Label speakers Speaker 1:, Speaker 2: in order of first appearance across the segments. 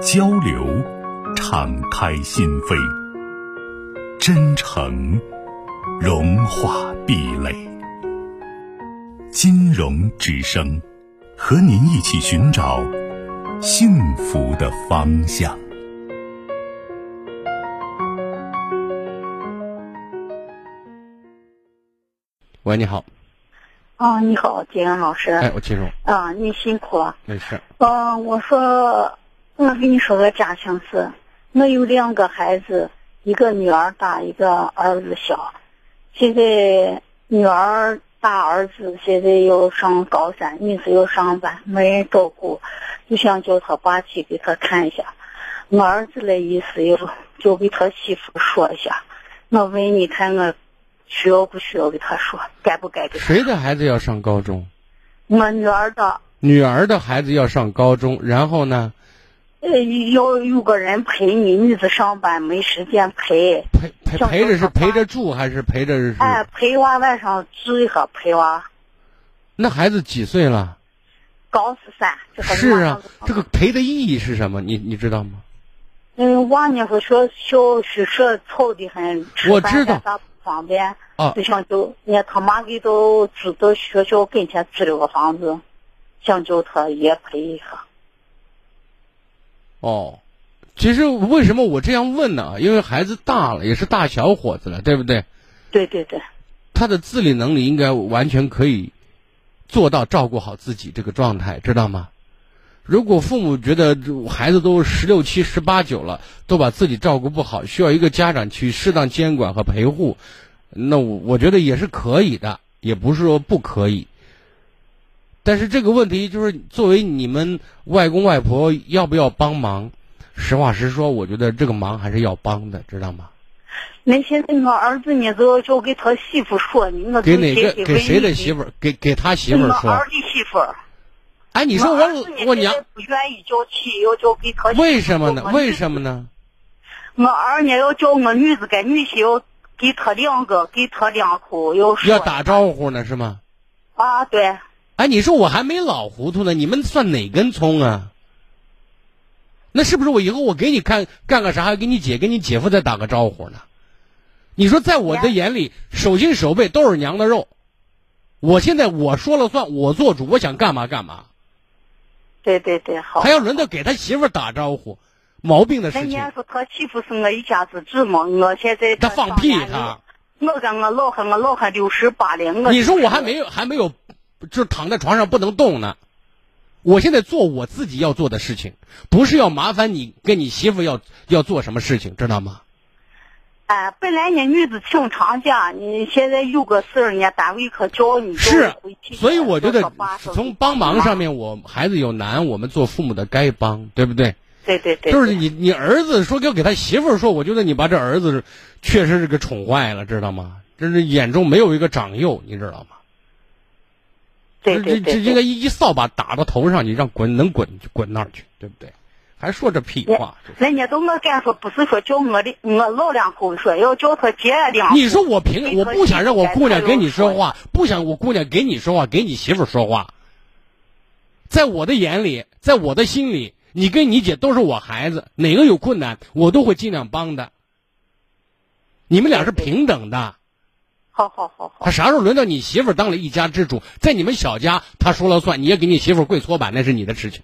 Speaker 1: 交流，敞开心扉；真诚，融化壁垒。金融之声，和您一起寻找幸福的方向。
Speaker 2: 喂，你好，
Speaker 3: 啊，你好，杰阳老师。
Speaker 2: 哎，我记住，
Speaker 3: 啊，您辛苦了。
Speaker 2: 没事，
Speaker 3: 嗯、我说，我跟你说个家庭事。我有两个孩子，一个女儿大，一个儿子小。现在女儿大，儿子现在要上高三，女子要上班，没人照顾，就想叫他爸去给他看一下。我儿子的意思要就给他媳妇说一下。我问你看我需要不需要给他说，该不该给他？
Speaker 2: 谁的孩子要上高中？
Speaker 3: 我女儿的
Speaker 2: 女儿的孩子要上高中，然后呢，
Speaker 3: 呃，要有个人陪你，女子上班没时间陪，
Speaker 2: 陪陪
Speaker 3: 上
Speaker 2: 陪着是
Speaker 3: 高中
Speaker 2: 陪着住还是陪着是？
Speaker 3: 哎，陪娃晚上住一下，陪娃
Speaker 2: 那孩子几岁了？
Speaker 3: 高十三，就是
Speaker 2: 是啊，这
Speaker 3: 个，
Speaker 2: 个陪的意义是什么？你你知道吗？
Speaker 3: 嗯，娃那会儿小小宿舍吵得很，吃
Speaker 2: 我
Speaker 3: 饭
Speaker 2: 知道
Speaker 3: 干啥不方便，
Speaker 2: 啊
Speaker 3: 就想就人家他妈给都住到学校跟前租了个房子，想叫他也陪一下。
Speaker 2: 哦，其实为什么我这样问呢？因为孩子大了，也是大小伙子了，对不对？
Speaker 3: 对对对，
Speaker 2: 他的自理能力应该完全可以做到照顾好自己这个状态，知道吗？如果父母觉得孩子都十六七、十八九了，都把自己照顾不好，需要一个家长去适当监管和陪护，那我我觉得也是可以的，也不是说不可以。但是这个问题就是，作为你们外公外婆要不要帮忙？实话实说，我觉得这个忙还是要帮的，知道吗？
Speaker 3: 那现在我儿子呢，都要叫给他媳妇说呢，我
Speaker 2: 给
Speaker 3: 就
Speaker 2: 哪
Speaker 3: 觉
Speaker 2: 个
Speaker 3: 得
Speaker 2: 给
Speaker 3: 为
Speaker 2: 谁的
Speaker 3: 你
Speaker 2: 媳妇儿？给给他媳妇儿
Speaker 3: 我
Speaker 2: 说。
Speaker 3: 儿的媳妇儿。
Speaker 2: 哎，你说
Speaker 3: 儿子
Speaker 2: 我我娘
Speaker 3: 不愿意叫去，要叫给他。
Speaker 2: 为什么呢？为
Speaker 3: 么？
Speaker 2: 什么呢？
Speaker 3: 我儿呢要叫我女子，跟女婿要给他两个，给他两口要说
Speaker 2: 要打招呼呢是吗？
Speaker 3: 啊，对，
Speaker 2: 哎，你说我还没老糊涂呢，你们算哪根葱啊？那是不是我以后我给你看干个啥，还给你姐跟你姐夫再打个招呼呢？你说在我的眼里，手心手背都是娘的肉。我现在我说了算，我做主，我想干嘛干嘛，
Speaker 3: 对对对，好
Speaker 2: 还。要轮到给他媳妇儿打招呼，毛病的
Speaker 3: 那
Speaker 2: 事情
Speaker 3: 年。说他媳妇是我一家之主嘛，我现在
Speaker 2: 他放屁
Speaker 3: 上班
Speaker 2: 他
Speaker 3: 了！我跟我老汉，我老汉六十八了，我
Speaker 2: 你说我还没有还没有，就是躺在床上不能动呢。我现在做我自己要做的事情，不是要麻烦你跟你媳妇要要做什么事情，知道吗？
Speaker 3: 哎，本来呢女子请长假，你现在有个事儿，人家单位可叫你
Speaker 2: 是
Speaker 3: 叫你回去，
Speaker 2: 所以我觉
Speaker 3: 叫
Speaker 2: 得
Speaker 3: 他爸说
Speaker 2: 从帮忙上面，我孩子有难，我们做父母的该帮，对不对？
Speaker 3: 对对对，
Speaker 2: 就是
Speaker 3: 对
Speaker 2: 你你儿子说要给他媳妇儿说，我觉得你把这儿子确实是给宠坏了，知道吗？这是眼中没有一个长幼，你知道吗？
Speaker 3: 对
Speaker 2: 这
Speaker 3: 对
Speaker 2: 这
Speaker 3: 对
Speaker 2: 这
Speaker 3: 对
Speaker 2: 应该一一扫把打到头上，你让滚能滚就滚那儿去，对不对？还说这屁话。这
Speaker 3: 人家都我敢说，不是说叫我的，我老两口说要叫他姐两口。
Speaker 2: 你说我凭我不想让我姑娘跟你说话，不想我姑娘给你说话，给你媳妇儿说话。在我的眼里，在我的心里，你跟你姐都是我孩子，哪个有困难我都会尽量帮的。你们俩是平等的。
Speaker 3: 好好好好，
Speaker 2: 他啥时候轮到你媳妇儿当了一家之主？在你们小家，他说了算，你也给你媳妇儿跪搓板，那是你的事情。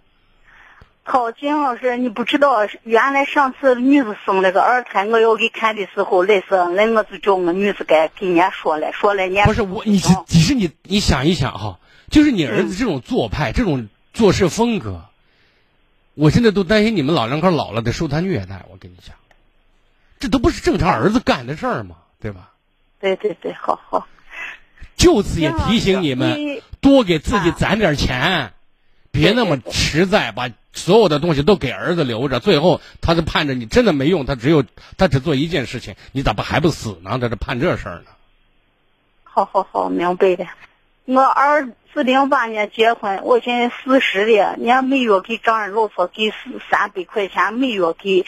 Speaker 3: 好金老师，你不知道，原来上次女子生了个二胎，我要给看的时候，那是那我就叫我女子该给人家说了，说了人家
Speaker 2: 不是我，你嗯是
Speaker 3: 哦
Speaker 2: 只是你，你想一想哈，就是你儿子这种做派、这种做事风格，我现在都担心你们老两口老了得受他虐待。我跟你讲，这都不是正常儿子干的事儿嘛，对吧？
Speaker 3: 对对对，好好，
Speaker 2: 就此也
Speaker 3: 这样
Speaker 2: 提醒
Speaker 3: 子
Speaker 2: 啊你们
Speaker 3: 你，
Speaker 2: 多给自己
Speaker 3: 啊
Speaker 2: 攒点钱。别那么实在，把所有的东西都给儿子留着，最后他是盼着你真的没用，他只有他只做一件事情，你咋不还不死呢？在这盼这事儿呢？
Speaker 3: 好好好，明白了。我儿子零八年结婚，我现在四十了，人家每月给丈人老婆给四三百块钱，每月给。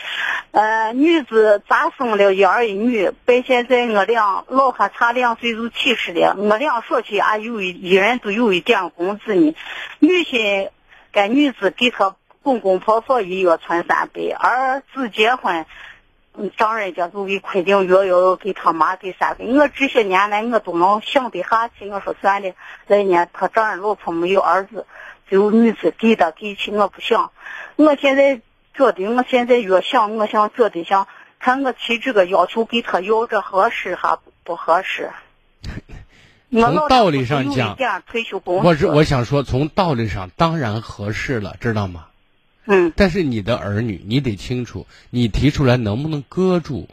Speaker 3: 呃，女子咋生了一儿一女，白现在我俩老汉差两岁就七十了，我俩说起俺有一一人都有一点工资呢。女婿给女子给他公公婆婆一月存三百，儿子结婚。嗯，丈人家就给规定月要给他妈给三百。我这些年来，我都能想得下去。我说算了，来年他丈人老婆没有儿子，只有女子给他给去，我不想。我现在觉得，我现在越想，我想觉得想，看我提这个要求给他要这合适还不 合适。
Speaker 2: 从道理上讲，
Speaker 3: 退休工
Speaker 2: 我是我想说，从道理上当然合适了，知道吗？
Speaker 3: 嗯，
Speaker 2: 但是你的儿女，你得清楚，你提出来能不能搁住？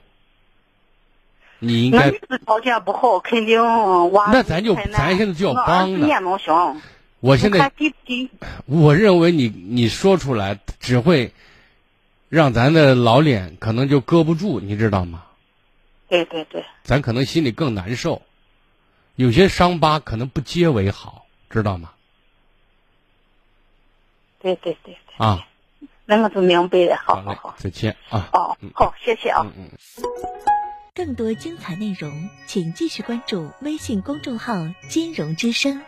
Speaker 2: 你应
Speaker 3: 那
Speaker 2: 该
Speaker 3: 女，子条件不好，肯定娃
Speaker 2: 那咱就
Speaker 3: 太难
Speaker 2: 咱现在就要
Speaker 3: 我儿
Speaker 2: 帮
Speaker 3: 子
Speaker 2: 呢
Speaker 3: 也能行。
Speaker 2: 我现
Speaker 3: 看
Speaker 2: 在
Speaker 3: 低不低？
Speaker 2: 我认为你你说出来只会让咱的老脸可能就搁不住，你知道吗？
Speaker 3: 对对对，
Speaker 2: 咱可能心里更难受，有些伤疤可能不揭为好，知道吗？
Speaker 3: 对对对对。
Speaker 2: 啊，
Speaker 3: 那我就明白了，好好
Speaker 2: 嘞
Speaker 3: 好，，
Speaker 2: 再见啊。
Speaker 3: 哦，好，谢谢啊。
Speaker 2: 嗯嗯。
Speaker 4: 更多精彩内容，请继续关注微信公众号“金融之声”。